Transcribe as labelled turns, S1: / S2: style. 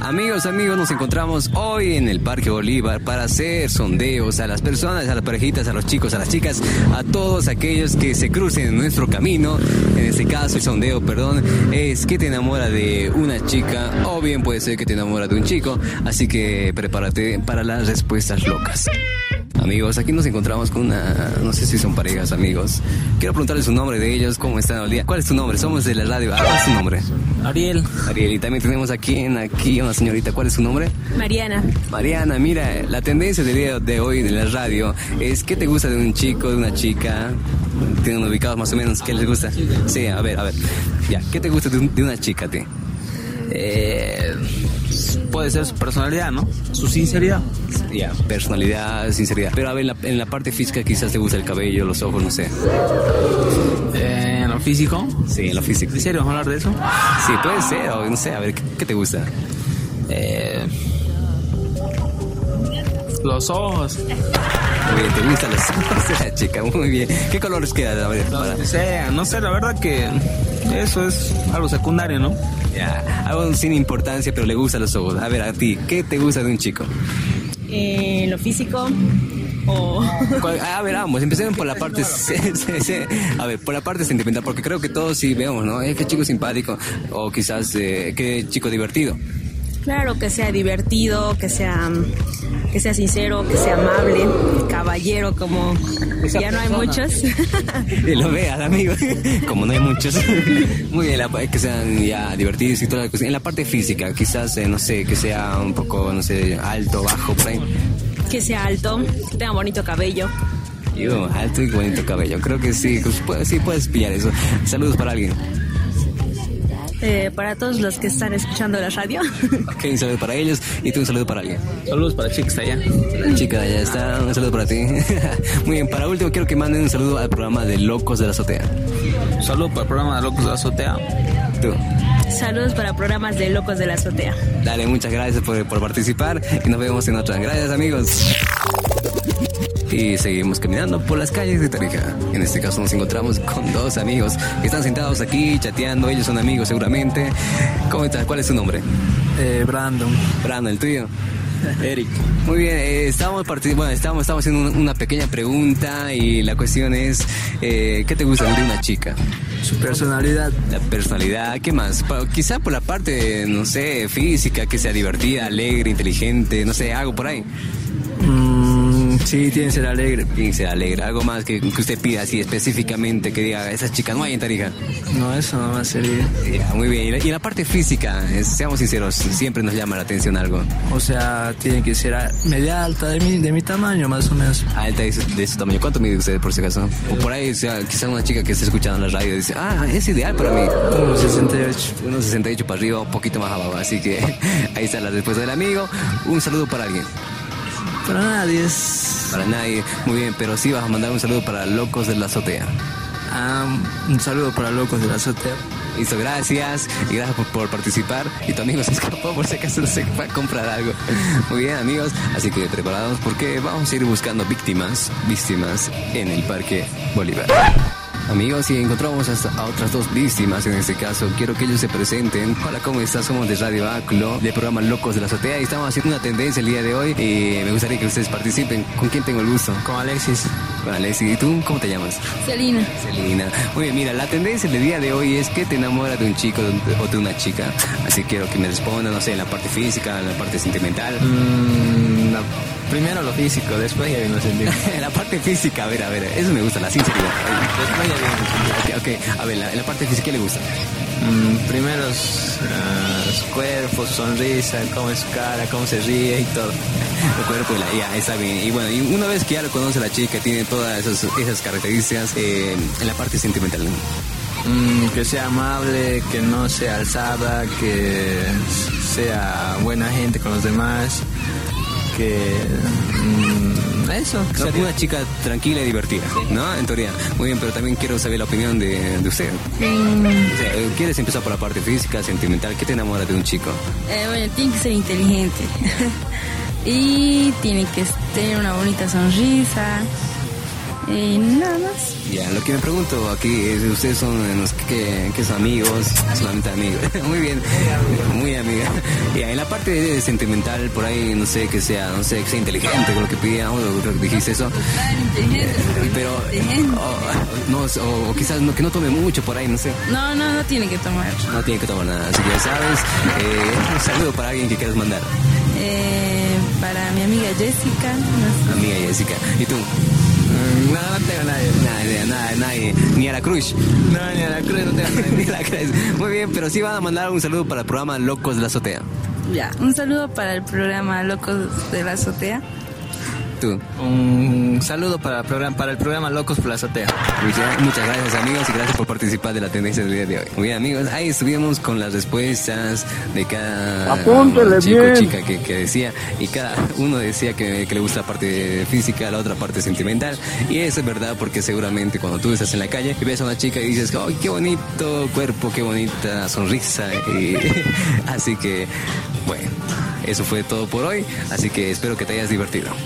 S1: Amigos, amigos, nos encontramos hoy en el Parque Bolívar para hacer sondeos a las personas, a las parejitas, a los chicos, a las chicas, a todos aquellos que se crucen en nuestro camino. En este caso, el sondeo, perdón, es que te enamora de una chica o bien puede ser que te enamora de un chico. Así que prepárate para las respuestas locas. Amigos, aquí nos encontramos con una, no sé si son parejas, amigos. Quiero preguntarles su nombre de ellos, cómo están al día. ¿Cuál es tu nombre? Somos de la radio. Ah, ¿Cuál es tu nombre?
S2: Ariel.
S1: Ariel, y también tenemos aquí, en, aquí una señorita, ¿cuál es su nombre?
S3: Mariana,
S1: Mariana, mira, la tendencia del día de hoy de la radio es qué te gusta de un chico, de una chica. Tienen ubicados más o menos qué les gusta. Sí, a ver, a ver. Ya, ¿qué te gusta de, un- de una chica, te?
S2: Eh, puede ser su personalidad, ¿no? Su sinceridad.
S1: Ya, personalidad, sinceridad. Pero a ver, en la, en la parte física quizás te gusta el cabello, los ojos, no sé.
S2: Eh, lo físico.
S1: Sí, en lo físico.
S2: ¿En serio vamos a hablar de eso?
S1: Sí, puede ser, o no sé, a ver, ¿qué, qué te gusta?
S2: Eh, los ojos.
S1: Muy bien, te gustan los ojos de la chica, muy bien. ¿Qué colores queda? A ver, para-
S2: O sea, no sé, la verdad que eso es algo secundario, ¿no?
S1: Ya, algo sin importancia, pero le gustan los ojos. A ver, a ti, ¿qué te gusta de un chico?
S3: eh, lo físico o
S1: ¿Cuál- Ah, A ver, ambos, empecemos por la parte. sí, sí, A ver, por la parte sentimental, porque creo que todos sí vemos, ¿no? Es que chico simpático, o quizás eh, qué chico divertido.
S3: claro que sea divertido, que sea que sea sincero, que sea amable, caballero como
S2: Esa
S3: ya no hay
S2: persona.
S3: muchos.
S1: Y lo veas, amigo. Como no hay muchos. Muy bien, la, que sean ya divertidos y toda la cosa. En la parte física, quizás, eh, no sé, que sea un poco, no sé, alto, bajo, por ahí.
S3: que sea alto, que tenga bonito cabello.
S1: Yo, alto y bonito cabello. Creo que sí, pues, puede- sí puedes pillar eso. Saludos para alguien.
S3: Eh, para todos los que están escuchando la radio,
S1: Ok, un saludo para ellos y tú un saludo para alguien.
S2: Saludos para chicas allá.
S1: La chica ya está, un saludo para ti. Muy bien, para último quiero que manden un saludo al programa de Locos de la Azotea.
S2: Saludos para el programa de Locos de la Azotea.
S1: Tú.
S3: saludos para programas de Locos de la Azotea.
S1: Dale, muchas gracias por, por participar y nos vemos en otra. Gracias amigos. Y seguimos caminando por las calles de Tarija. En este caso nos encontramos con dos amigos que están sentados aquí chateando. Ellos son amigos seguramente. ¿Cómo estás? ¿Cuál es tu nombre?
S2: Eh, Brandon.
S1: Brandon, el tuyo.
S2: Eric.
S1: Muy bien, eh, estamos, parti- bueno, estamos, estamos haciendo un- una pequeña pregunta y la cuestión es, eh, ¿qué te gusta de una chica?
S2: Su personalidad.
S1: La personalidad, ¿qué más? Pa- quizá por la parte, no sé, física, que sea divertida, alegre, inteligente, no sé, algo por ahí.
S2: Mm, sí, tiene que ser alegre.
S1: Que sea alegre, algo más que, que usted pida así específicamente, que diga, esas chicas no hay en Tarija.
S2: No, eso no va a ser.
S1: Ya, muy bien, y la, y la parte física, eh, seamos sinceros, siempre nos llama la atención algo.
S2: O sea, tiene que ser a- media alta de mi, de mi tamaño, más o menos.
S1: Alta de su, de su tamaño, ¿cuánto mide usted por si acaso? O por ahí, o sea, quizá una chica que esté escuchando en la radio dice, ah, es ideal para mí.
S2: Unos 68.
S1: Unos 68 para arriba, un poquito más abajo. Así que ahí está la respuesta del amigo. Un saludo para alguien.
S2: Para nadie es.
S1: Para nadie. Muy bien, pero sí vas a mandar un saludo para locos de la azotea.
S2: Ah, un saludo para Locos de la Azotea.
S1: Listo, gracias. Y gracias por, por participar. Y tu amigo se escapó por si acaso se va a comprar algo. Muy bien, amigos. Así que preparados porque vamos a ir buscando víctimas, víctimas en el Parque Bolívar. Amigos, y encontramos hasta a otras dos víctimas en este caso. Quiero que ellos se presenten. Hola, ¿cómo estás? Somos de Radio Aclo, del programa Locos de la Azotea. Y estamos haciendo una tendencia el día de hoy. Y me gustaría que ustedes participen. ¿Con quién tengo el gusto?
S2: Con Alexis.
S1: Con Alexi. ¿Y tú cómo te llamas?
S3: Celina,
S1: Celina. Muy bien, mira, la tendencia del día de hoy es que te enamoras de un chico de un- o de una chica. Así quiero que me respondan, no sé, en la parte física, en la parte sentimental.
S2: Mm, primero lo físico, después ya viene lo sentimental.
S1: En la parte física, a ver, a ver, eso me gusta, la sinceridad.
S2: Después ya viene
S1: Ok, ok, a ver, la- en la parte física, ¿qué le gusta?
S2: mm, primero su cuerpo, su sonrisa, cómo es su cara, cómo se ríe y todo.
S1: El cuerpo, y la, ya, está bien. Y bueno, y una vez que ya lo conoce la chica, tiene todas esas, esas características eh, en la parte sentimental.
S2: Mm, que sea amable, que no sea alzada, que sea buena gente con los demás, que... mm, eso,
S1: O sea, una chica tranquila y divertida, ¿no? En teoría. Muy bien, pero también quiero saber la opinión de, de usted.
S3: Mm,
S1: O sea, ¿Quieres empezar por la parte física, sentimental? ¿Qué te enamora de un chico?
S3: eh, bueno, tiene que ser inteligente y tiene que tener una bonita sonrisa Y nada más.
S1: Ya, lo que me pregunto aquí es, ustedes son los que, que son amigos, solamente amigos. Muy bien, muy amiga. Ya, en la parte de sentimental, por ahí, no sé, que sea, no sé, que sea inteligente con lo que pidíamos, lo que dijiste eso. Eh, Pero, o- no, o, o quizás no, que no tome mucho por ahí, no sé.
S3: No, no, no tiene que tomar.
S1: No tiene que tomar nada, así que ya sabes. eh, un saludo para alguien que quieras mandar,
S3: Eh, para mi amiga Jessica. no
S1: amiga Jessica. ¿Y tú?
S2: Mm, No, no tengo nadie.
S1: Nada, nada, nadie. Ni a la Cruz.
S2: No, ni a la cruz, no tengo nadie.
S1: Ni a la Cruz. Muy bien, pero sí van a mandar un saludo para el programa Locos de la Azotea.
S3: sé. Ya, un saludo para el programa Locos de la Azotea.
S1: Tú.
S2: Un saludo para el programa, para el programa Locos por la Azotea.
S1: Muchas, Pues muchas gracias amigos y gracias por participar de la tendencia del día de hoy. Muy bien amigos, ahí estuvimos con las respuestas de cada
S4: Apúntele
S1: chico
S4: bien.
S1: chica que, que decía y cada uno decía que, que le gusta la parte física, la otra parte sentimental y eso es verdad porque seguramente cuando tú estás en la calle y ves a una chica y dices, ¡ay, qué bonito cuerpo, qué bonita sonrisa! Y, así que, bueno, eso fue todo por hoy, así que espero que te hayas divertido.